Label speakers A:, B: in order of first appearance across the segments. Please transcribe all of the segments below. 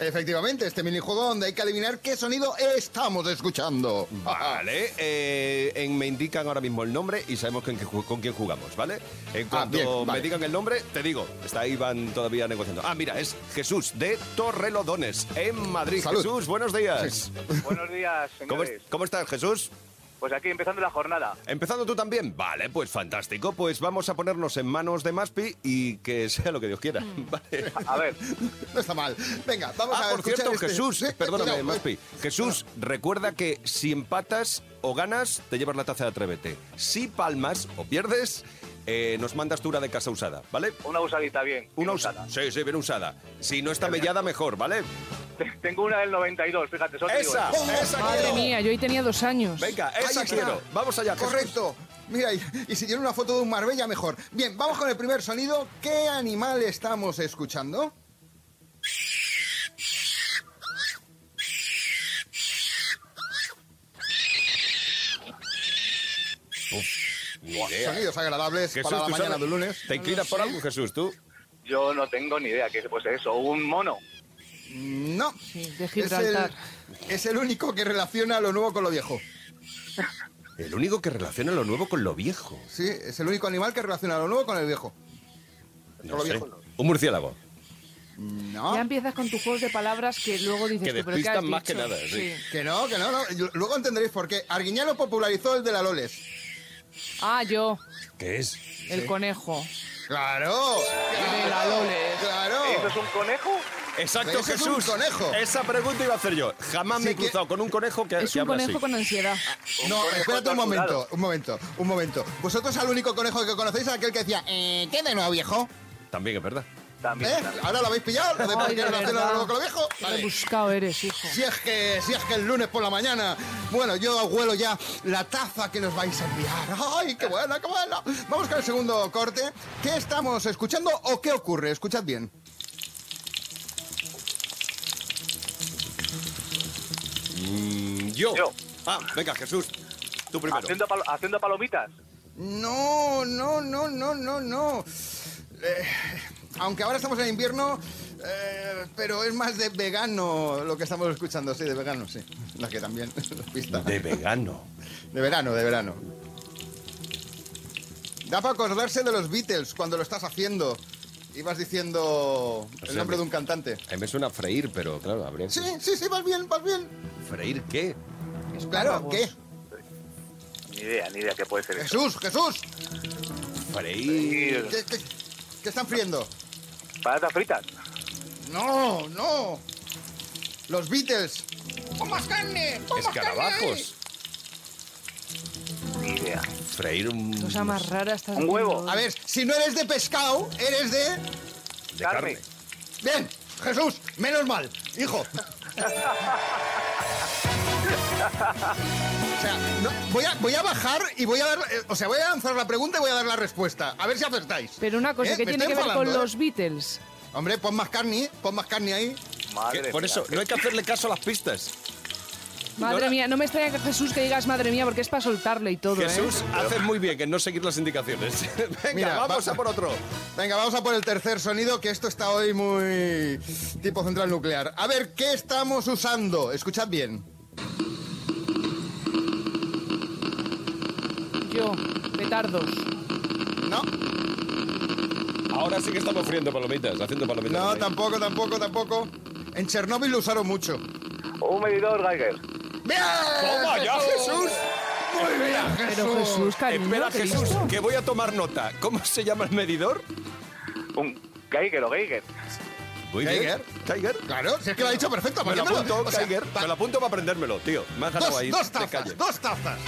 A: Efectivamente, este minijuego donde hay que adivinar qué sonido estamos escuchando.
B: Vale, eh, en- me indican ahora mismo el nombre y sabemos con, qué ju- con quién jugamos, ¿vale? En
A: Ah,
B: cuanto
A: bien,
B: me
A: vale.
B: digan el nombre, te digo, está ahí van todavía negociando. Ah, mira, es Jesús de Torrelodones, en Madrid.
A: Salud.
B: Jesús, buenos días.
C: Buenos días,
B: ¿Cómo,
C: señores.
B: es- cómo estás, Jesús?
C: Pues aquí empezando la jornada.
B: ¿Empezando tú también? Vale, pues fantástico. Pues vamos a ponernos en manos de Maspi y que sea lo que Dios quiera. Vale.
C: A ver,
A: No está mal. Venga, vamos
B: ah,
A: a
B: por cierto,
A: escuchar este-
B: Jesús,
A: Eh, eh,
B: perdóname,
A: cuidado, eh.
B: Maspi. Jesús, recuerda que si empatas o ganas, te llevas la taza de Atrévete. Si palmas o pierdes, eh, nos mandas tu una de casa usada, ¿vale?
C: una usadita bien.
B: Una
C: bien
B: usada. Sí, sí, bien usada. Si no está mellada, mejor, ¿vale?
C: Te- Tengo una del 92, fíjate. solo te digo
B: ¡Esa!
C: eso.
B: ¡Esa
D: Madre
B: quiero!
D: mía, yo hoy tenía dos años.
B: Venga,
A: Ahí
B: esa
A: está.
B: quiero. Vamos allá, Jesús.
A: Correcto. Mira, y, y si tiene una foto de un Marbella, mejor. Bien, vamos con el primer sonido. ¿Qué animal estamos escuchando?
B: Buah, idea.
A: Sonidos agradables
B: Eh, Jesús,
A: para la
B: ¿tú
A: mañana
B: sabes?
A: de lunes.
B: ¿Te inclinas por algo, Jesús, tú?
C: Yo no tengo ni idea qué es pues eso. Un mono.
A: No.
D: Sí, de
A: es, el,
D: Gibraltar.
A: es el único que relaciona lo nuevo con lo viejo.
B: El único que relaciona lo nuevo con lo viejo.
A: Sí, es el único animal que relaciona lo nuevo con el viejo.
B: No
A: Con lo
B: sé.
A: viejo no.
B: Un murciélago.
D: Ya
A: No.
D: empiezas con tus juegos de palabras que luego dices
B: Que
D: tú, ¿pero qué has
B: despistan más
D: dicho?
B: que nada, sí.
A: Que no, que no, no. Yo- Luego entenderéis por qué. Arguiñano popularizó el de la Loles.
D: Ah, yo,
B: ¿Qué es?
D: el conejo.
A: ¡Claro!
D: De la ¿eh? Loles.
A: ¡Claro!
C: ¿Eso es un conejo?
B: Exacto,
A: Pero ese es un
B: Jesús.
A: conejo.
B: Esa pregunta iba a hacer yo. Jamás me he
A: Sí, que-
B: cruzado con un conejo que,
D: Es
B: que
D: un
B: habla
D: conejo
B: así.
D: con ansiedad.
C: Un
A: No,
C: conejo
A: espérate un
C: torturado.
A: momento, un momento, un momento. Vosotros al único conejo que conocéis es aquel que decía, eh, ¿qué de nuevo, viejo?
B: También es verdad.
C: También.
A: ¿Eh? ¿Ahora lo habéis pillado? ¿Lo de por
D: Ay,
A: qué
D: de
A: relaciona
D: verdad.
A: lo nuevo con lo viejo?
D: Qué
A: Vale.
D: rebuscado eres, hijo.
A: Si es que, si es que el lunes por la mañana, bueno, yo huelo ya la taza que nos vais a enviar. ¡Ay, qué buena, qué buena! Vamos con el segundo corte. ¿Qué estamos escuchando o qué ocurre? Escuchad bien.
B: Mm, yo.
C: Yo.
B: Ah, venga, Jesús. Tú primero.
C: Haciendo, palo- haciendo palomitas.
A: No, no, no, no, no, no. Eh, aunque ahora estamos en invierno, eh, pero es más de vegano lo que estamos escuchando, sí, de vegano, sí. La que también, la pista.
B: De vegano.
A: De verano, de verano. Da para acordarse de los Beatles cuando lo estás haciendo. Y vas diciendo
B: O
A: el
B: sea,
A: nombre
B: me-
A: de un cantante.
B: A mí Eh, me suena freír, pero claro, habría que-
A: Sí, sí, sí, vas bien, vas bien.
B: ¿Freír qué?
A: Claro,
D: Espárragos.
A: ¿qué?
C: Ni idea, ni idea qué puede ser eso.
A: Jesús, Jesús,
B: Freír.
A: ¿qué, qué, qué están friendo?
C: Patatas fritas.
A: No, no. Los Beatles. ¡Con más carne! ¡Pon más carne
B: Escarabajos.
C: Ni idea.
B: Freír un.
D: Cosa más rara estás
C: Un huevo.
A: ahí! A ver, si no eres de pescado, eres de...
B: De carne.
C: Carne.
A: Bien, Jesús, menos mal, hijo. o sea, no- voy, a, voy a bajar y voy a dar, eh, o sea, voy a lanzar la pregunta y voy a dar la respuesta. A ver si acertáis.
D: Pero una cosa
A: Eh,
D: que
A: me
D: tiene que
A: estoy
D: ver con
A: enfadando,
D: los
A: ¿eh?
D: Beatles.
A: Hombre, pon más carne, pon más carne ahí.
B: ¿Qué?
C: Madre
B: Por
C: mía,
B: eso,
C: qué-
B: no hay que hacerle caso a las pistas.
D: Madre
B: Nora.
D: mía, no me extraña que Jesús que digas madre mía porque es para soltarle y todo,
B: Jesús,
D: ¿eh?
B: haces muy bien en no seguir las indicaciones. venga,
A: Mira,
B: vamos
A: va-
B: a por otro.
A: Venga, vamos a por el tercer sonido, que esto está hoy muy tipo central nuclear. A ver, ¿qué estamos usando? Escuchad bien.
D: Yo, petardos.
A: No,
B: Ahora sí que estamos friendo palomitas, haciendo palomitas.
A: no,
B: Ahí.
A: tampoco, tampoco, tampoco. En Chernóbil lo usaron mucho.
C: Un medidor Geiger.
A: ¡Bien!
B: ¡Toma ya, Jesús!
A: Muy bien, Jesús.
D: Pero Jesús, cariño,
B: Espera,
D: ¿qué
B: Jesús,
D: listo.
B: que voy a tomar nota. ¿Cómo se llama el medidor?
C: Un Geiger o Geiger.
B: Muy
A: Tiger.
B: bien. Tiger.
A: Claro, si es que lo ha dicho perfecto.
B: Me
A: ¿para
B: lo
A: qué
B: apunto,
A: o sea,
B: Tiger.
A: pa-
B: Me lo apunto para aprendérmelo, tío. Me has ganado
A: dos,
B: ahí
A: dos
B: de calle.
A: tazas, dos tazas.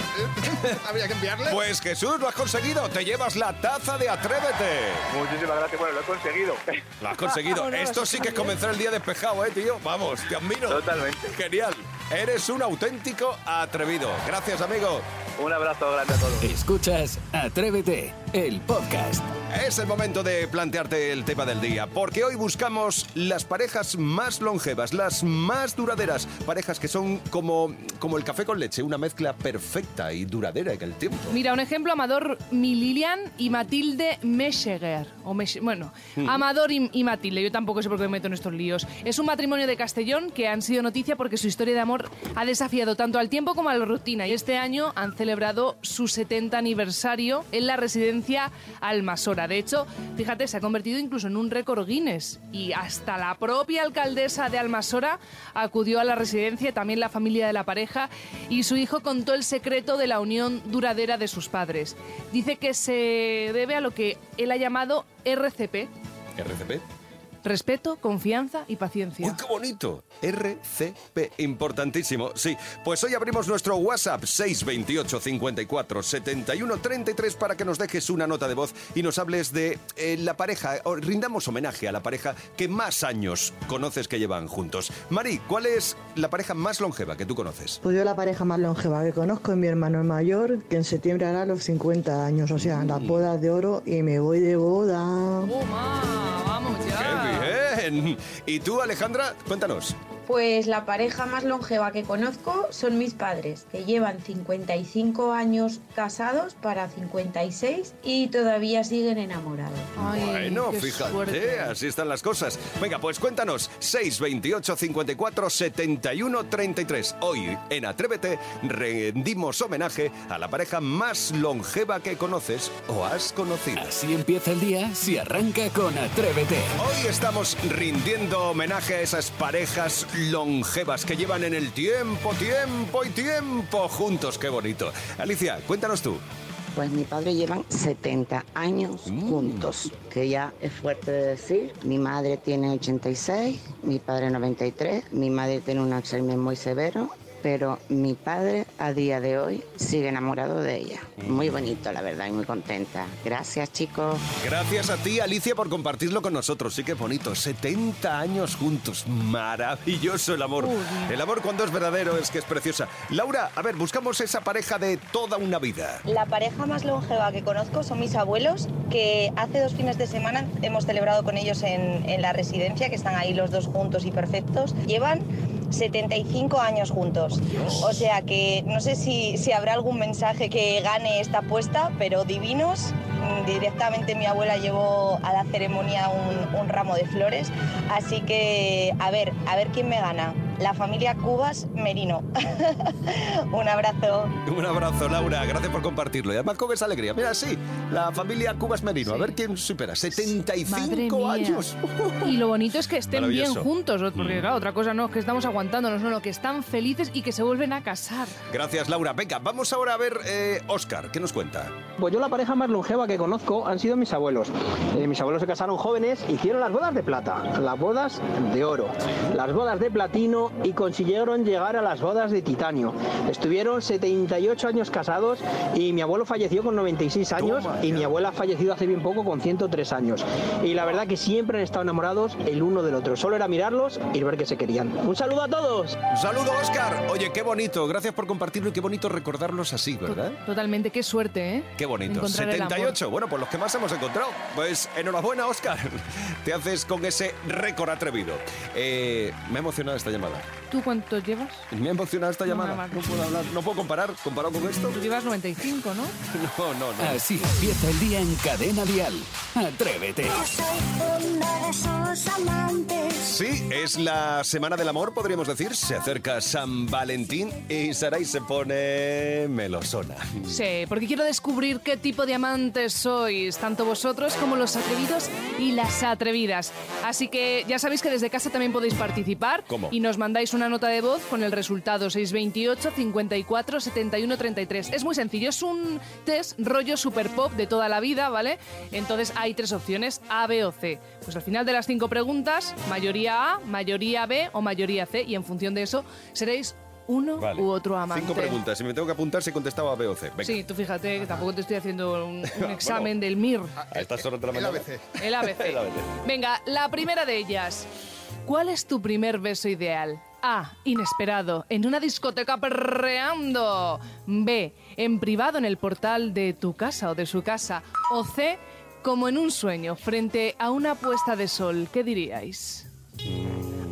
A: Habría que enviarle.
B: Pues Jesús, lo has conseguido. Te llevas la taza de Atrévete.
C: Muchísimas gracias. Bueno, lo he conseguido.
B: Lo has conseguido.
D: No, no,
B: Esto
D: eso
B: sí
D: está
B: que es
D: bien.
B: comenzar el día despejado, eh, tío. Vamos, te admiro.
C: Totalmente.
B: Genial. Eres un auténtico atrevido. Gracias, amigo.
C: Un abrazo grande a todos.
E: Escuchas Atrévete, el podcast.
B: Es el momento de plantearte el tema del día, porque hoy buscamos las parejas más longevas, las más duraderas, parejas que son como, como el café con leche, una mezcla perfecta y duradera en el tiempo.
D: Mira, un ejemplo, Amador Mililian y Matilde Mescheger. O Mesch- bueno, Amador y, y Matilde, yo tampoco sé por qué me meto en estos líos. Es un matrimonio de Castellón que han sido noticia porque su historia de amor ha desafiado tanto al tiempo como a la rutina. Y este año han celebrado su 70 aniversario en la residencia Almasora. De hecho, fíjate, se ha convertido incluso en un récord Guinness. Y hasta la propia alcaldesa de Almasora acudió a la residencia, también la familia de la pareja, y su hijo contó el secreto de la unión duradera de sus padres. Dice que se debe a lo que él ha llamado RCP,
B: RCP.
D: respeto, confianza y
B: ¡Uy,
D: paciencia.
B: qué bonito! RCP, importantísimo. Sí, pues hoy abrimos nuestro WhatsApp 628 54 71 33 para que nos dejes una nota de voz y nos hables de eh, la pareja, o rindamos homenaje a la pareja que más años conoces que llevan juntos. Mari, ¿cuál es la pareja más longeva que tú conoces?
F: Pues yo la pareja más longeva que conozco es mi hermano el mayor, que en septiembre hará los 50 años, o sea, las bodas de oro y me voy de boda.
D: ¡Toma! ¡Vamos ya!
B: ¡Qué bien! ¿Y tú, Alejandra? Cuéntanos.
G: Pues la pareja más longeva que conozco son mis padres, que llevan 55 años casados para 56 y todavía siguen enamorados.
D: Ay,
B: Bueno,
D: qué
B: fíjate,
D: suerte.
B: así están las cosas. Venga, pues cuéntanos, 628 54 71 33. Hoy en Atrévete rendimos homenaje a la pareja más longeva que conoces o has conocido.
E: Así empieza el día si arranca con Atrévete.
B: Hoy estamos rindiendo homenaje a esas parejas longevas que llevan en el tiempo, tiempo y tiempo juntos. ¡Qué bonito! Alicia, cuéntanos tú.
H: Pues mi padre llevan 70 años
B: Mm.
H: juntos, que ya es fuerte de decir. Mi madre tiene 86, mi padre 93, mi madre tiene un Alzheimer muy severo, pero mi padre a día de hoy sigue enamorado de ella. Muy
B: Mm.
H: bonito, la verdad, y muy contenta. Gracias, chicos.
B: Gracias a ti, Alicia, por compartirlo con nosotros. Sí que bonito. 70 años juntos. Maravilloso el amor. El amor cuando es verdadero es que es preciosa. Laura, a ver, buscamos esa pareja de toda una vida.
I: La pareja más longeva que conozco son mis abuelos, que hace dos fines de semana hemos celebrado con ellos en, en la residencia, que están ahí los dos juntos y perfectos. Llevan 75 años juntos. O sea que no sé si, si habrá algún mensaje que gane esta apuesta, pero divinos. Mm, Directamente mi abuela llevó a la ceremonia un, un ramo de flores. Así que a ver, a ver quién me gana. La familia Cubas Merino. un abrazo.
B: Un abrazo, Laura. Gracias por compartirlo. Y además con esa alegría. Mira, sí, la familia Cubas Merino. A ver quién supera. 75
D: Madre mía.
B: años.
D: Y lo bonito es que estén bien
B: Maravilloso.
D: juntos, ¿no? porque claro, otra cosa no es que estamos aguantándonos, no, no, que están felices y que se vuelven a casar.
B: Gracias, Laura. Venga, vamos ahora a ver, eh, Oscar, ¿qué nos cuenta?
J: Pues yo la pareja más longeva que conozco han sido mis abuelos. Eh, mis abuelos se casaron jóvenes, hicieron las bodas de plata, las bodas de oro, las bodas de platino y consiguieron llegar a las bodas de titanio. Estuvieron 78 años casados y mi abuelo falleció con 96 años
B: Toma
J: y
B: ya.
J: mi abuela ha fallecido hace bien poco con 103 años. Y la verdad que siempre han estado enamorados el uno del otro. Solo era mirarlos y ver que se querían. Un saludo a todos.
B: Un saludo, Oscar. Oye, qué bonito. Gracias por compartirlo y qué bonito recordarlos así, ¿verdad?
D: To- Totalmente, qué suerte, ¿eh?
B: Qué bonito.
D: Encontrar el amor.
B: 78. Bueno, pues los que más hemos encontrado. Pues enhorabuena, Oscar. Te haces con ese récord atrevido. Eh, me ha emocionado esta llamada.
D: ¿Tú cuánto llevas?
B: Me ha emocionado esta
D: No me
B: llamada.
D: marca.
B: No puedo hablar. No puedo comparar. ¿Comparado con esto?
D: Tú llevas 95, ¿no? Ah,
B: No, no, no.
E: Así empieza el día en Cadena Dial. Atrévete.
B: Sí, es la semana del amor, podríamos decir. Se acerca San Valentín y Sarai se pone melosona.
D: Sí, porque quiero descubrir qué tipo de amantes sois, tanto vosotros como los atrevidos y las atrevidas. Así que ya sabéis que desde casa también podéis participar
B: ¿Cómo?
D: y nos mandáis una nota de voz con el resultado 628 54 71 33. Es muy sencillo, es un test rollo super pop de toda la vida, ¿vale? Entonces hay tres opciones, A, B o C. Pues al final de las cinco preguntas, mayoría A, mayoría B o mayoría C y en función de eso seréis uno
B: Vale.
D: u otro amante.
B: Cinco preguntas. Si me tengo que apuntar, si contestaba B o C. Venga.
D: Sí, tú fíjate que tampoco te estoy haciendo un, un
B: Bueno.
D: examen del MIR,
B: A estas horas de la
A: El
B: mañana.
A: ABC.
D: el ABC.
B: Ah. El ABC.
D: Venga, la primera de ellas. ¿Cuál es tu primer beso ideal? A. Inesperado. En una discoteca perreando. B. En privado en el portal de tu casa o de su casa. O C. Como en un sueño, frente a una puesta de sol. ¿Qué diríais?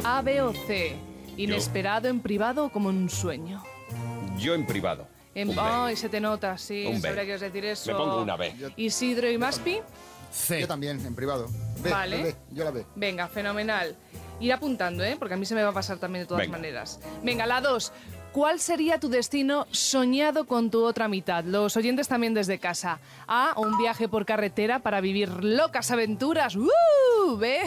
D: A, B o C. Inesperado, en privado o como en un sueño.
B: Yo en privado.
D: En-
B: Un B.
D: Ay, se te nota, sí.
B: Un B.
D: Sabría que os decir eso.
B: Me pongo una B.
D: Isidro y Maspi.
A: Yo también, en privado. Ve,
D: Vale.
A: ve, yo la ve.
D: Venga, fenomenal. Ir apuntando, ¿eh? Porque a mí se me va a pasar también de todas
B: Venga.
D: maneras. Venga, la dos. ¿Cuál sería tu destino soñado con tu otra mitad? Los oyentes también desde casa. A. Un viaje por carretera para vivir locas aventuras. ¡Uh! B.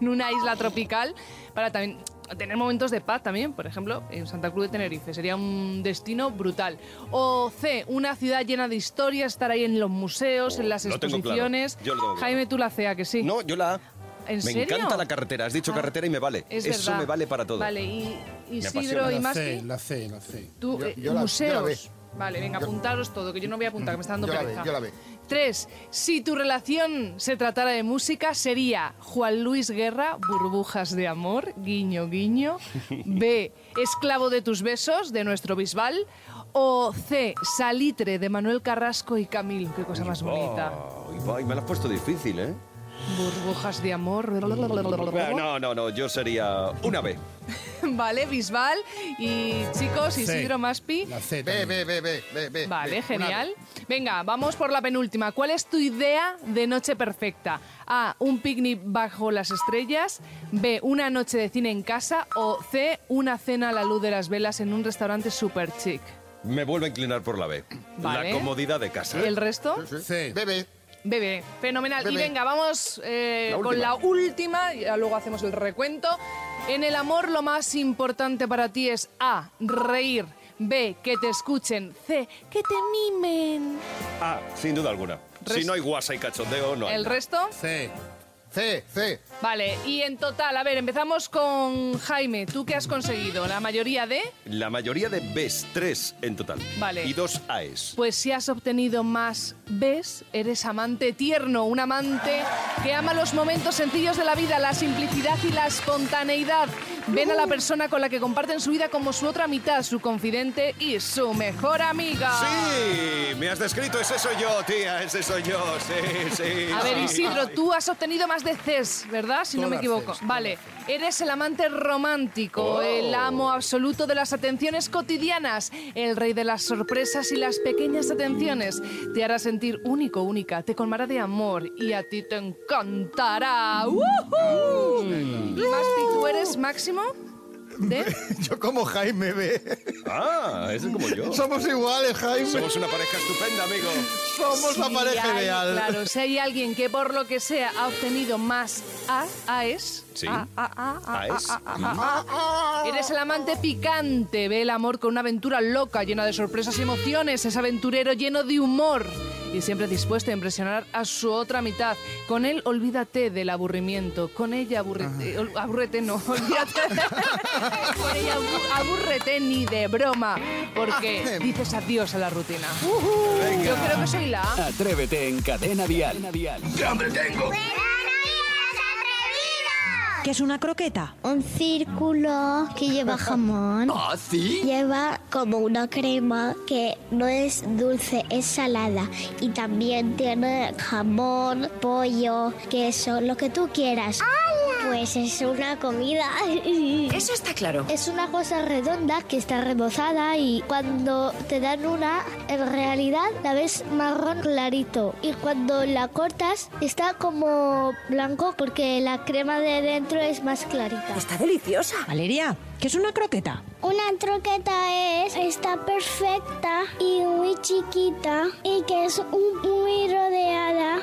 D: En una isla tropical para también tener momentos de paz también. Por ejemplo, en Santa Cruz de Tenerife. Sería un destino brutal. O C. Una ciudad llena de historia, estar ahí en los museos, en las
B: lo tengo claro.
D: exposiciones.
B: Yo lo tengo claro.
D: Jaime, tú la C, ¿a que sí.
B: No, yo la A.
D: ¿En
B: me
D: serio?
B: encanta la carretera. Has dicho
D: Ah,
B: carretera y me vale.
D: Es
B: Eso
D: verdad.
B: me vale para todo.
D: Vale, y y
B: apasiona.
D: Isidro y
K: La
D: más
K: C, la C, la C.
D: tú,
A: Yo-
D: eh,
A: yo la- yo la
D: museos.
A: ve.
D: vale, venga,
A: Yo-
D: apuntaros todo, que yo no voy a apuntar, que me está dando
A: Yo la ve,
D: pereza.
A: yo la ve.
D: Tres, si tu relación se tratara de música, sería Juan Luis Guerra, Burbujas de Amor, guiño, guiño. B, Esclavo de tus besos, de nuestro Bisbal. O C, Salitre, de Manuel Carrasco y Camilo. Qué cosa más bonita.
A: oh.
B: Ay, va, y me lo has puesto difícil, ¿eh?
D: Burbujas de amor.
B: Bueno, no, no, no. Yo sería una B.
D: Vale, Bisbal. Y chicos,
K: C.
D: Isidro Maspi.
K: La C
A: Ve,
K: también.
A: ve, ve, ve, ve, ve. ve,
D: Vale,
A: una
D: genial.
A: ve.
D: Venga, vamos por la penúltima. ¿Cuál es tu idea de noche perfecta? A. Un picnic bajo las estrellas. B. Una noche de cine en casa. O C. Una cena a la luz de las velas en un restaurante super chic.
B: Me vuelvo a inclinar por la B.
D: Vale.
B: La comodidad de casa. ¿eh?
D: ¿El resto?
K: C.
A: Ve, ve.
D: Bebé, fenomenal. Y
A: Bebé.
D: venga, vamos eh,
B: La última.
D: con la última, y luego hacemos el recuento. En el amor lo más importante para ti es A, reír, B, que te escuchen, C, que te mimen.
B: Ah, sin duda alguna. Si
D: Res-
B: no hay guasa y cachondeo, no hay.
D: ¿El resto?
K: C.
A: C, C.
D: Vale, y en total, a ver, empezamos con Jaime. ¿Tú qué has conseguido? La mayoría de...
B: La mayoría de Bs, tres en total.
D: Vale.
B: Y dos AES.
D: Pues si has obtenido más Bs, eres amante tierno, un amante que ama los momentos sencillos de la vida, la simplicidad y la espontaneidad. Ven a la persona con la que comparten su vida como su otra mitad, su confidente y su mejor amiga.
B: Sí, me has descrito, ese soy yo, tía, ese soy yo, sí, sí.
D: A ver,
B: sí,
D: Isidro,
B: sí.
D: tú has obtenido más de Cs, ¿verdad? Si no me
K: Todas
D: equivoco.
K: Cs,
D: vale, eres el amante romántico,
B: Oh.
D: el amo absoluto de las atenciones cotidianas, el rey de las sorpresas y las pequeñas atenciones. Te hará sentir único, única, te colmará de amor y a ti te encantará. ¡Woohoo! ¿Y Maspi, tú eres máximo? ¿De?
A: Yo como Jaime, ve.
B: Ah, ese es como yo.
A: Somos iguales, Jaime.
B: Somos una pareja estupenda, amigo.
A: Somos la
D: Si
A: pareja
D: hay-
A: ideal.
D: Claro, si hay alguien que por lo que sea ha obtenido más A, A es.
B: Sí.
D: A, A, A, A,
B: AES.
D: Eres el amante picante, ve el amor con una aventura loca, llena de sorpresas y emociones, es aventurero lleno de humor y siempre dispuesto a impresionar a su otra mitad. Con él olvídate del aburrimiento, con ella aburrete, ol- aburrete no, olvídate. con ella abu- aburrete ni de broma, porque dices adiós a la rutina. Yo creo que soy la A.
E: Atrévete en Cadena Dial.
L: ¿Qué es una croqueta?
M: Un círculo que lleva jamón.
E: ¿Ah, sí?
M: Lleva como una crema que no es dulce, es salada. Y también tiene jamón, pollo, queso, lo que tú quieras. Pues es una comida.
L: Eso está claro.
M: Es una cosa redonda que está rebozada y cuando te dan una, en realidad la ves marrón clarito. Y cuando la cortas, está como blanco porque la crema de dentro es más clarita.
L: Está deliciosa. Valeria, ¿qué es una croqueta?
M: Una troqueta es, está perfecta y muy chiquita y que es un- muy rodeada,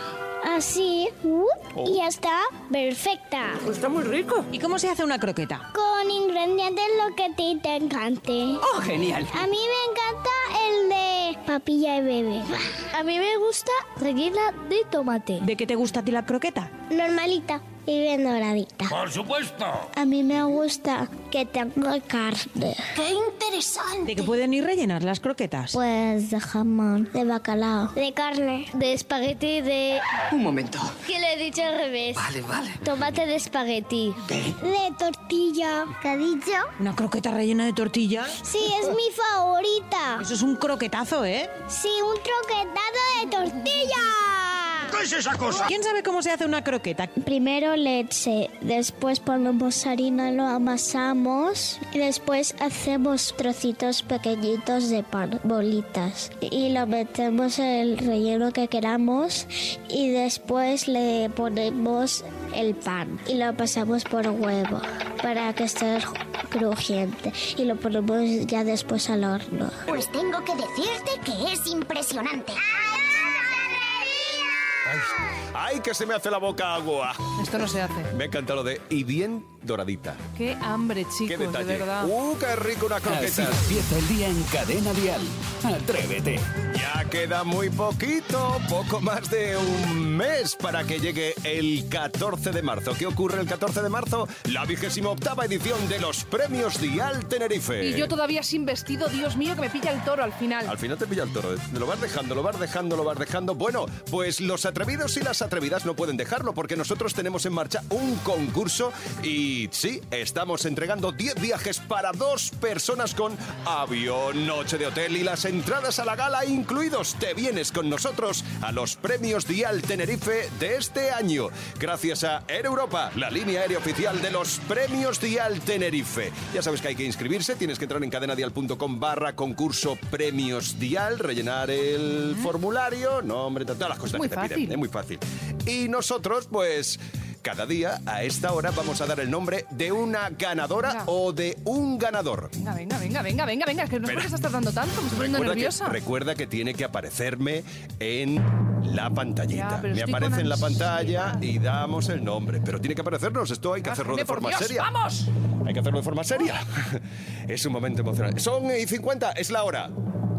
M: así, ¡up! y está perfecta.
L: Pues Está muy rico. ¿Y cómo se hace una croqueta?
M: Con ingredientes lo que a ti te encante.
L: ¡Oh, genial!
M: A mí me encanta el de papilla y bebé. A mí me gusta rellena de tomate.
L: ¿De qué te gusta a ti la croqueta?
M: Normalita. y bien doradita.
K: Por supuesto.
M: A mí me gusta que tenga carne.
L: ¡Qué interesante! ¿De qué pueden ir rellenar las croquetas?
M: Pues de jamón, de bacalao, de carne, de espagueti, de...
L: Un momento.
M: Que le he dicho al revés. Vale,
L: vale.
M: Tomate de espagueti. De tortilla. ¿Qué ha dicho?
L: ¿Una croqueta rellena de tortilla?
M: Sí, es mi favorita.
L: Eso es un croquetazo, ¿eh?
M: Sí, un troquetado de tortilla.
K: ¿Qué es esa cosa?
L: ¿Quién sabe cómo se hace una croqueta?
M: Primero leche, después ponemos harina, lo amasamos y después hacemos trocitos pequeñitos de pan, bolitas. Y lo metemos en el relleno que queramos y después le ponemos el pan y lo pasamos por huevo para que esté crujiente y lo ponemos ya después al horno.
N: Pues tengo que decirte que es impresionante.
B: ¡Ay, que se me hace la boca agua!
D: Esto no se hace.
B: Me encanta lo de y bien doradita.
D: Qué hambre,
B: ¡Qué
D: chicos, de
B: detalle!
D: verdad.
B: ¡Uh, qué rico una
E: Así
B: croqueta!
E: empieza el día en Cadena Dial. Atrévete.
B: Ya queda muy poquito, poco más de un mes para que llegue el 14 de marzo. ¿Qué ocurre el 14 de marzo? La vigésima octava edición de los premios Dial Tenerife.
D: Y yo todavía sin vestido, Dios mío, que me pilla el toro al final.
B: Al final te pilla el toro. ¿eh? Lo vas dejando, lo vas dejando, lo vas dejando. Bueno, pues los atrevidos y las atrevidas no pueden dejarlo porque nosotros tenemos en marcha un concurso y sí, estamos entregando 10 viajes para dos personas con avión, noche de hotel y las entradas a la gala incluidos. Te vienes con nosotros a los premios Dial Tenerife de este año. Gracias a Air Europa, la línea aérea oficial de los premios Dial Tenerife. Ya sabes que hay que inscribirse, tienes que entrar en cadenadial.com barra concurso premios Dial, rellenar el formulario, nombre, ta- todas las cosas
D: Muy
B: que te piden.
D: fácil.
B: Es muy fácil. Y nosotros, pues. Cada día, a esta hora, vamos a dar el nombre de una ganadora
D: Ya.
B: o de un ganador.
D: Venga, venga, venga, venga, venga, venga, es que no
B: Pero-
D: puedes estar tardando tanto, me estoy poniendo
B: Recuerda que,
D: nerviosa.
B: recuerda que tiene que aparecerme en la pantallita.
D: Ya, pero
B: Me
D: estoy
B: aparece
D: con
B: en la pantalla
D: ansiedad.
B: y damos el nombre. Pero tiene que aparecernos. Esto hay que hacerlo de
D: Ángel, por
B: forma
D: Dios,
B: seria.
D: ¡Vamos!
B: Hay que hacerlo de forma seria. Es un momento emocionante. Son y 50, es la hora.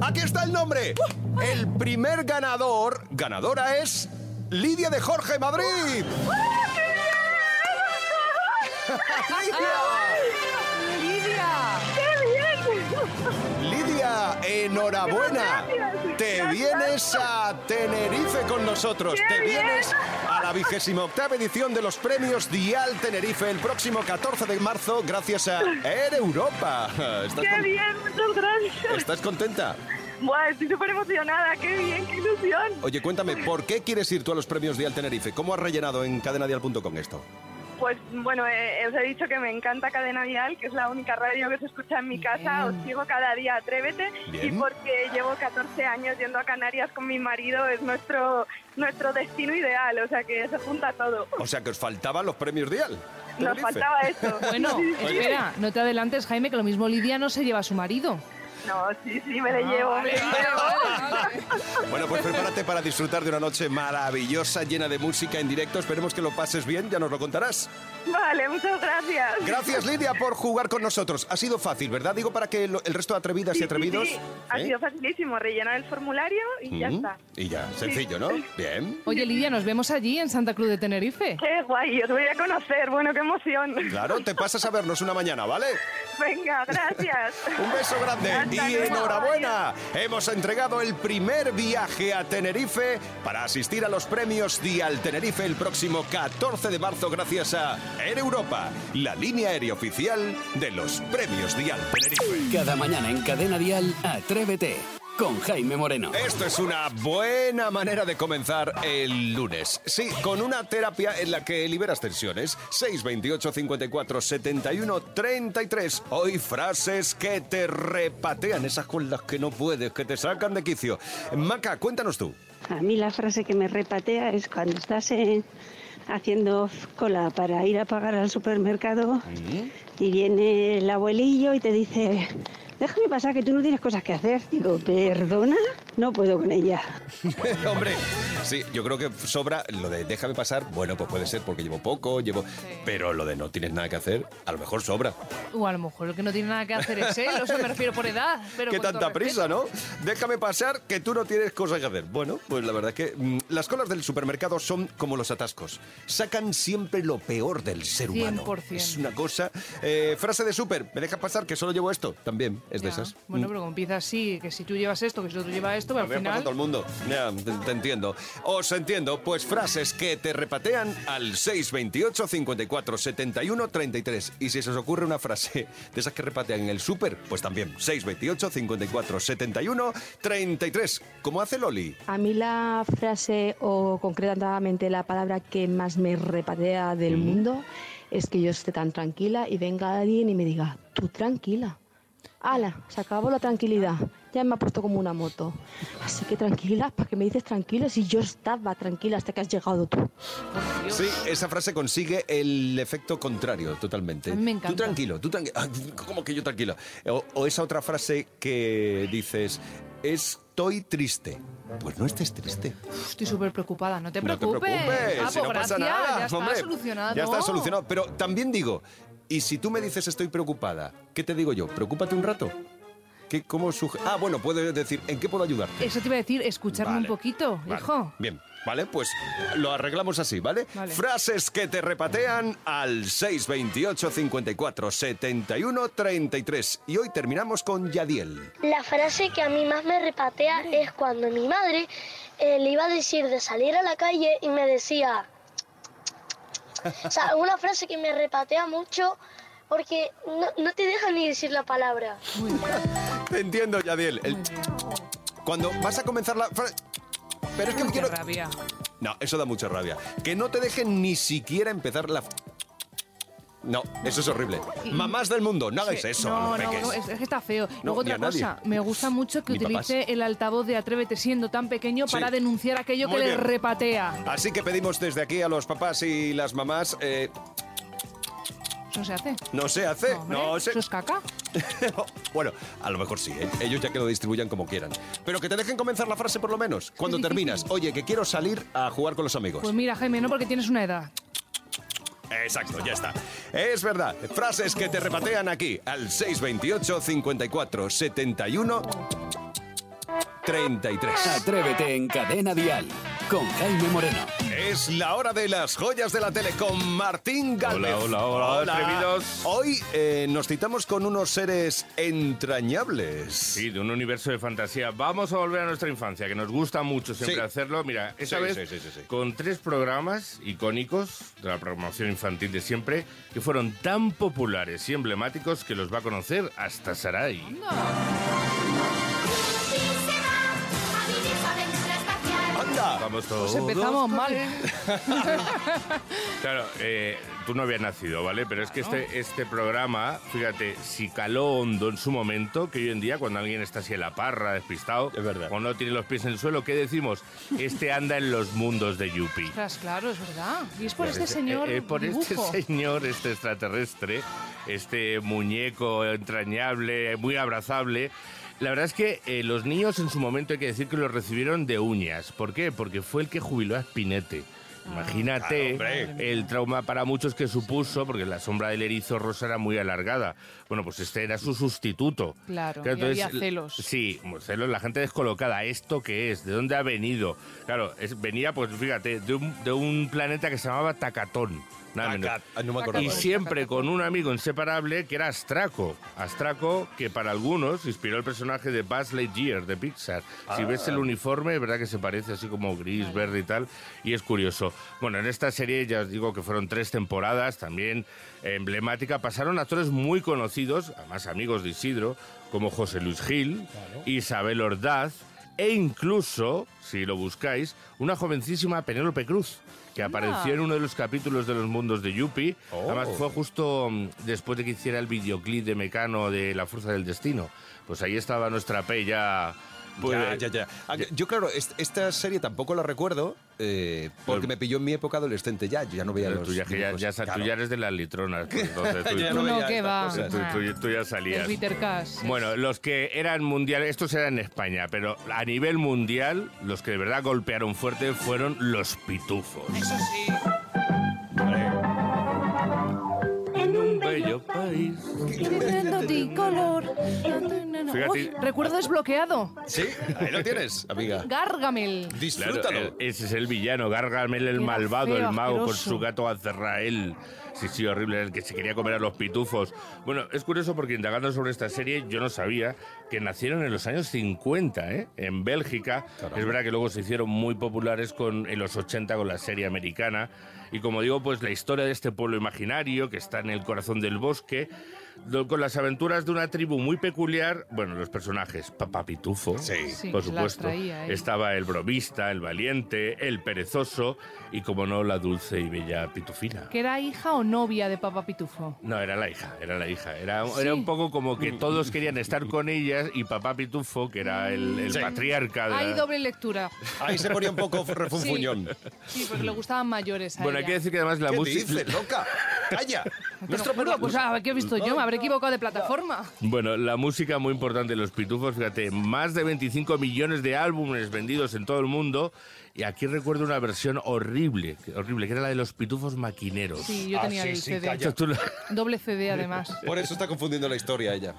B: Aquí está el nombre.
D: Uh,
B: El primer ganador, ganadora es Lidia de Jorge Madrid.
D: ¡Ah, ¡Ah!
K: ¡Lidia!
D: ¡Lidia!
K: ¡Qué bien!
B: Lidia, enhorabuena.
K: Gracias.
B: Te
K: Gracias.
B: vienes a Tenerife con nosotros.
K: ¡Qué
B: Te
K: bien!
B: vienes a la vigésima octava edición de los premios Dial Tenerife el próximo 14 de marzo gracias a Air Europa. ¿Estás,
O: ¡Qué
B: con-
O: bien! ¡Muchas gracias!
B: estás contenta?
O: Buah, estoy súper emocionada. ¡Qué bien! ¡Qué ilusión!
B: Oye, cuéntame, ¿por qué quieres ir tú a los premios Dial Tenerife? ¿Cómo has rellenado en cadenadial.com esto?
O: Pues bueno, eh, os he dicho que me encanta Cadena Vial, que es la única radio que se escucha en mi casa. Os sigo cada día, atrévete.
B: Bien.
O: Y porque llevo 14 años yendo a Canarias con mi marido, es nuestro, nuestro destino ideal. O sea que se junta todo.
B: O sea, que os faltaban los premios Dial.
O: Nos
B: Tenerife.
O: faltaba esto.
D: Bueno,
O: Sí, sí, sí.
D: espera, no te adelantes, Jaime, que lo mismo Lidia no se lleva a su marido.
O: No, sí, sí, me lo
D: Ah,
O: llevo. me lo llevo.
B: Bueno, pues prepárate para disfrutar de una noche maravillosa, llena de música en directo. Esperemos que lo pases bien, ya nos lo contarás.
O: Vale, muchas gracias.
B: Gracias, Lidia, por jugar con nosotros. Ha sido fácil, ¿verdad? Digo para que lo- el resto de atrevidas
O: Sí,
B: y
O: sí,
B: atrevidos.
O: sí. Ha
B: ¿eh?
O: sido facilísimo rellenar el formulario y ya
B: Mm,
O: está.
B: Y ya, sencillo, ¿no? Bien.
D: Oye, Lidia, nos vemos allí en Santa Cruz de Tenerife.
O: Qué guay, os voy a conocer. Bueno, qué emoción.
B: Claro, te pasas a vernos una mañana, ¿vale?
O: Venga, gracias.
B: Un beso grande
O: Hasta
B: y
O: luego.
B: enhorabuena. Hemos entregado el primer viaje a Tenerife para asistir a los premios Dial Tenerife el próximo 14 de marzo gracias a Air Europa, la línea aérea oficial de los premios Dial Tenerife.
E: Cada mañana en Cadena Dial, Atrévete con Jaime Moreno.
B: Esto es una buena manera de comenzar el lunes. Sí, con una terapia en la que liberas tensiones. 628 54 71 33. Hoy frases que te repatean, esas con las que no puedes, que te sacan de quicio. Maca, cuéntanos tú.
P: A mí la frase que me repatea es cuando estás eh, haciendo cola para ir a pagar al supermercado y viene el abuelillo y te dice, déjame pasar que tú no tienes cosas que hacer. Digo, perdona, no puedo con ella.
B: Hombre, Sí, yo creo que sobra lo de déjame pasar. Bueno, pues puede ser porque llevo poco, llevo. Pero lo de no tienes nada que hacer, a lo mejor sobra.
D: O a lo mejor el que no tiene nada que hacer es él, o sea, me refiero por edad. Pero
B: Qué
D: con todo
B: tanta
D: respeto.
B: prisa, ¿no? Déjame pasar que tú no tienes cosas que hacer. Bueno, pues la verdad es que mm, las colas del supermercado son como los atascos. Sacan siempre lo peor del ser humano.
D: 100%.
B: Es una cosa. eh, frase de súper, me deja pasar que solo llevo esto. También es de
D: Ya.
B: esas.
D: Bueno,
B: Mm.
D: pero como empieza así, que si tú llevas esto, que si el otro lleva esto, al
B: También pasa a
D: final...
B: todo el mundo. Ya, te, te entiendo. Os entiendo. Pues frases que te repatean al 628 54 71 33. Y si se os ocurre una frase de esas que repatean en el súper, pues también 628 54 71 33. Como hace Loli.
M: A mí la frase o concretamente la palabra que más me repatea
B: Mm.
M: del mundo es que yo esté tan tranquila y venga alguien y me diga, tú tranquila. Ala, se acabó la tranquilidad. Ya me ha puesto como una moto. Así que tranquila, ¿para qué me dices tranquila si yo estaba tranquila hasta que has llegado tú?
B: Sí, esa frase consigue el efecto contrario totalmente.
M: A mí me encanta.
B: Tú tranquilo, tú tranquilo. ¿Cómo que yo tranquilo? O, o esa otra frase que dices, estoy triste. Pues no estés triste.
D: Estoy súper preocupada, no te
B: No te
D: preocupes.
B: preocupes,
D: Ah,
B: si no
D: pues
B: pasa
D: gracias,
B: nada.
D: ya está
B: hombre.
D: solucionado.
B: Ya está solucionado. Pero también digo, y si tú me dices estoy preocupada, ¿qué te digo yo? Preocúpate un rato. ¿Qué, cómo suge- ah, bueno, puedes decir, ¿en qué puedo ayudarte?
D: Eso te iba a decir, escucharme
B: Vale.
D: un poquito,
B: Vale,
D: hijo.
B: Bien, ¿vale? Pues lo arreglamos así, ¿vale?
D: Vale.
B: Frases que te repatean al 628 54 71 33. Y hoy terminamos con Yadiel.
F: La frase que a mí más me repatea es cuando mi madre eh, le iba a decir de salir a la calle y me decía... O sea, una frase que me repatea mucho porque no, no te deja ni decir la palabra.
B: Te entiendo, Yadiel. El Cuando vas a comenzar la frase... Pero es que me quiero...
D: rabia.
B: No, eso da mucha rabia. Que no te dejen ni siquiera empezar la... No, eso es horrible.
D: Y-
B: Mamás del mundo, no hagáis
D: Sí.
B: eso. a
D: No,
B: los
D: no,
B: peques.
D: no, es, es que está feo.
B: No,
D: Luego
B: ni
D: otra
B: a nadie.
D: cosa, me gusta mucho que
B: Ni papás.
D: utilice el altavoz de Atrévete siendo tan pequeño
B: Sí.
D: para denunciar aquello
B: Muy
D: que
B: bien.
D: le repatea.
B: Así que pedimos desde aquí a los papás y las mamás... eh,
D: Eso se hace.
B: no se hace,
D: Hombre,
B: no se...
D: Eso es caca. Pues
B: Bueno, a lo mejor sí, ¿eh? ellos ya que lo distribuyan como quieran. Pero que te dejen comenzar la frase por lo menos. Cuando terminas, oye, que quiero salir a jugar con los amigos.
D: Pues mira, Jaime, no porque tienes una edad.
B: Exacto, ya está. Es verdad, frases que te repatean aquí al 628 54 71 33.
E: Atrévete en Cadena Dial con Jaime Moreno.
B: Es la hora de las joyas de la tele con Martín Galvez.
A: Hola, hola, hola, atrevidos.
B: Hoy eh, nos citamos con unos seres entrañables.
A: Sí, de un universo de fantasía. Vamos a volver a nuestra infancia, que nos gusta mucho siempre
B: Sí.
A: hacerlo. Mira, esta
B: Sí,
A: vez
B: sí, sí, sí, sí.
A: con tres programas icónicos de la programación infantil de siempre, que fueron tan populares y emblemáticos que los va a conocer hasta Sarai.
B: ¡Anda!
A: Vamos todos.
D: Pues empezamos mal.
A: Claro, eh, tú no habías nacido, ¿vale? Pero es que este, este programa, fíjate, si caló hondo en su momento, que hoy en día cuando alguien está así en la parra, despistado, o no tiene los pies en el suelo, ¿qué decimos? Este anda en los mundos de Yuppie.
D: Ostras, claro, es verdad. Y es por este
A: Es-
D: señor.
A: eh, eh, por
D: dibujo.
A: este señor, este extraterrestre, este muñeco entrañable, muy abrazable. La verdad es que eh, los niños en su momento hay que decir que los recibieron de uñas. ¿Por qué? Porque fue el que jubiló a Spinette.
B: Ah,
A: Imagínate el trauma para muchos que supuso, porque la sombra del erizo rosa era muy alargada. Bueno, pues este era su sustituto.
D: Claro,
A: Claro,
D: y había
A: entonces,
D: celos.
A: Sí, celos, la gente descolocada. ¿Esto qué es? ¿De dónde ha venido? Claro, es- venía, pues fíjate, de un, de un planeta que se llamaba Tacatón. nada menos.
B: no me acordaba.
A: Y siempre con un amigo inseparable que era Astraco. Astraco, que para algunos inspiró el personaje de Buzz Lightyear de Pixar. Si
B: Ah.
A: ves el uniforme, es verdad que se parece así como gris, verde y tal, y es curioso. Bueno, en esta serie ya os digo que fueron tres temporadas, también emblemática. Pasaron actores muy conocidos, además amigos de Isidro, como José Luis Gil, Isabel Ordaz e incluso, si lo buscáis, una jovencísima Penélope Cruz, que apareció en uno de los capítulos de Los Mundos de Yuppie.
B: Oh.
A: Además fue justo mm, después de que hiciera el videoclip de Mecano de La Fuerza del Destino. Pues ahí estaba nuestra Pella
Q: Puede-
B: Ya, ya, ya. Ah, Yo, claro, est- esta serie tampoco la recuerdo eh, porque me pilló en mi época adolescente ya. Yo ya no veía
Q: Pero
B: los
Q: tú ya, que ya,
B: dibujos,
Q: ya sa- tú
B: claro.
Q: ya eres de las litronas. pues, entonces tú,
B: Yo ya no
Q: tú-
B: veía No,
D: qué estas va.
Q: tú-
D: cosas.
Q: tú- tú ya
D: El
Q: salías.
D: Peter Cash.
Q: Bueno, los que eran mundiales, estos eran en España, pero a nivel mundial, los que de verdad golpearon fuerte fueron los pitufos.
K: Eso sí.
Q: En un bello país.
D: Tricolor. Uy,
Q: Fíjate.
D: recuerdo desbloqueado.
B: Sí, ahí lo tienes, amiga.
D: Gargamel.
Q: Claro, eh, ese es el villano, Gargamel el
D: Era
Q: malvado,
D: feo,
Q: el mago con
D: asqueroso.
Q: su gato Azrael. Sí, sí, horrible, el que se quería comer a los pitufos. Bueno, es curioso porque indagando sobre esta serie yo no sabía que nacieron en los años 50, ¿eh? En Bélgica. Es verdad que luego se hicieron muy populares con, en los 80 con la serie americana. Y como digo, pues la historia de este pueblo imaginario que está en el corazón del bosque, do- con las aventuras de una tribu muy peculiar, bueno, los personajes, Papá
B: Oh.
Q: Pitufo,
D: Sí,
Q: por
D: que las
Q: supuesto,
D: traía, ¿eh?
Q: estaba el bromista, el valiente, el perezoso y, como no, la dulce y bella pitufina.
D: Que era hija o novia de Papá Pitufo.
Q: No, era la hija, era la hija. Era, era un poco como que todos querían estar con ellas y papá Pitufo, que era el, el patriarca. de la-
D: Hay doble lectura.
Q: Ahí se ponía un poco
B: refunfuñón.
D: Sí, porque le gustaban mayores a
Q: Bueno, hay
D: ella.
Q: que decir que además la
B: ¿Qué
Q: música...
B: dices, loca? ¡Calla!
D: Te lo juro, pues, a ver, ¿qué he visto yo? Me habré equivocado de plataforma.
Q: Bueno, la música muy importante de los pitufos, fíjate, más de 25 millones de álbumes vendidos en todo el mundo. Y aquí recuerdo una versión horrible, horrible, que era la de los pitufos maquineros.
D: Sí, yo tenía el CD.
Q: Esto tú lo-
D: Doble CD, además.
B: Por eso está confundiendo la historia ella.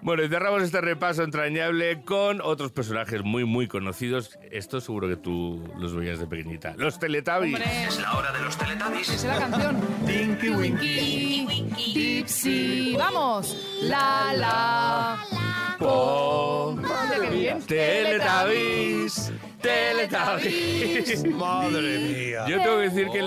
Q: Bueno, y cerramos este repaso entrañable con otros personajes muy, muy conocidos. Esto seguro que tú los veías de pequeñita. Los Teletubbies.
K: Es la hora de los Teletubbies.
D: Es la canción.
K: Tinky
D: Winky, Dipsy. ¡Vamos! La, la.
Q: Pom.
D: Mira qué bien.
Q: Teletubbies. Teletubbies.
B: Madre mía.
Q: Yo tengo que decir que el-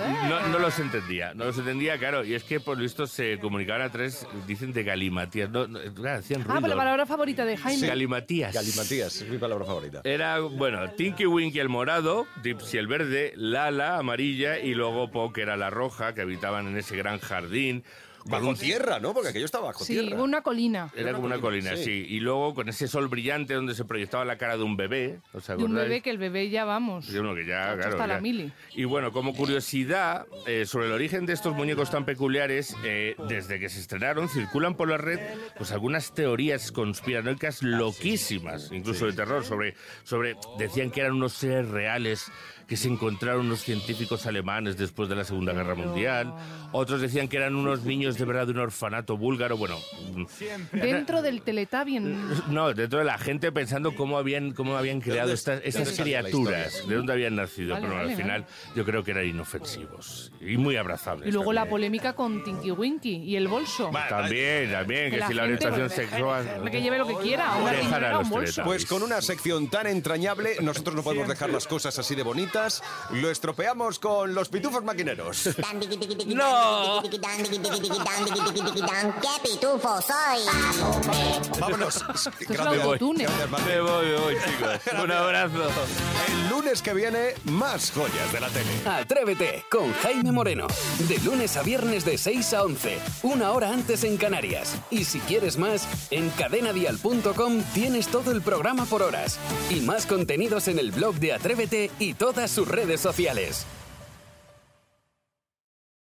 D: Ah,
Q: no, no los entendía, no los entendía, claro. Y es que por lo visto se comunicaban a tres, dicen de galimatías. No, no, claro, hacían
D: Ah,
Q: ruido.
D: pero la palabra favorita de Jaime.
Q: Galimatías.
B: Galimatías, es mi palabra favorita.
Q: Era, bueno, Tinky Winky el morado, Dipsy el verde, Lala amarilla y luego Po, que era la roja, que habitaban en ese gran jardín. Bajo
B: tierra, ¿no? Porque aquello estaba bajo
D: Sí, una colina.
Q: Era como una colina, sí. Y luego con ese sol brillante donde se proyectaba la cara de un bebé, ¿os
D: De un
Q: acordáis?
D: bebé que el bebé ya vamos.
Q: Sí, uno que ya, claro,
D: hasta la
Q: ya.
D: mili.
Q: Y bueno, como curiosidad eh, sobre el origen de estos muñecos tan peculiares, eh, desde que se estrenaron circulan por la red pues algunas teorías
B: Ah,
Q: conspiranoicas loquísimas, incluso de terror, sobre, sobre decían que eran unos seres reales que se encontraron unos científicos alemanes después de la Segunda Guerra Mundial. Otros decían que eran unos niños de verdad de un orfanato búlgaro. Bueno, mm,
D: Dentro del Teletubby. en-
Q: no, dentro de la gente pensando cómo habían, cómo habían creado estas, estas
B: dónde salió la
Q: criaturas, de dónde habían nacido.
D: Vale,
Q: pero
D: vale,
Q: al final yo creo que eran inofensivos y muy abrazables.
D: Y luego la
Q: también.
D: polémica con Tinky Winky y el bolso.
Q: También, también, que si la
D: gente,
Q: orientación
D: pues,
Q: sexual.
D: Que lleve lo que quiera. Una
Q: Dejar a
D: señora,
Q: los
D: un bolso.
Q: Teletubbies.
B: Pues con una sección tan entrañable, nosotros no podemos dejar las cosas así de bonitas. Lo estropeamos con los pitufos maquineros.
Q: ¡No!
K: ¡Qué pitufo soy!
B: Vámonos.
Q: Me voy.
B: Gracias,
Q: Me voy, me voy, chicos. Un abrazo.
B: El lunes que viene, más joyas de la tele.
E: Atrévete con Jaime Moreno. De lunes a viernes de 6 a 11, una hora antes en Canarias. Y si quieres más, en cadenadial.com tienes todo el programa por horas y más contenidos en el blog de Atrévete y todas sus redes sociales.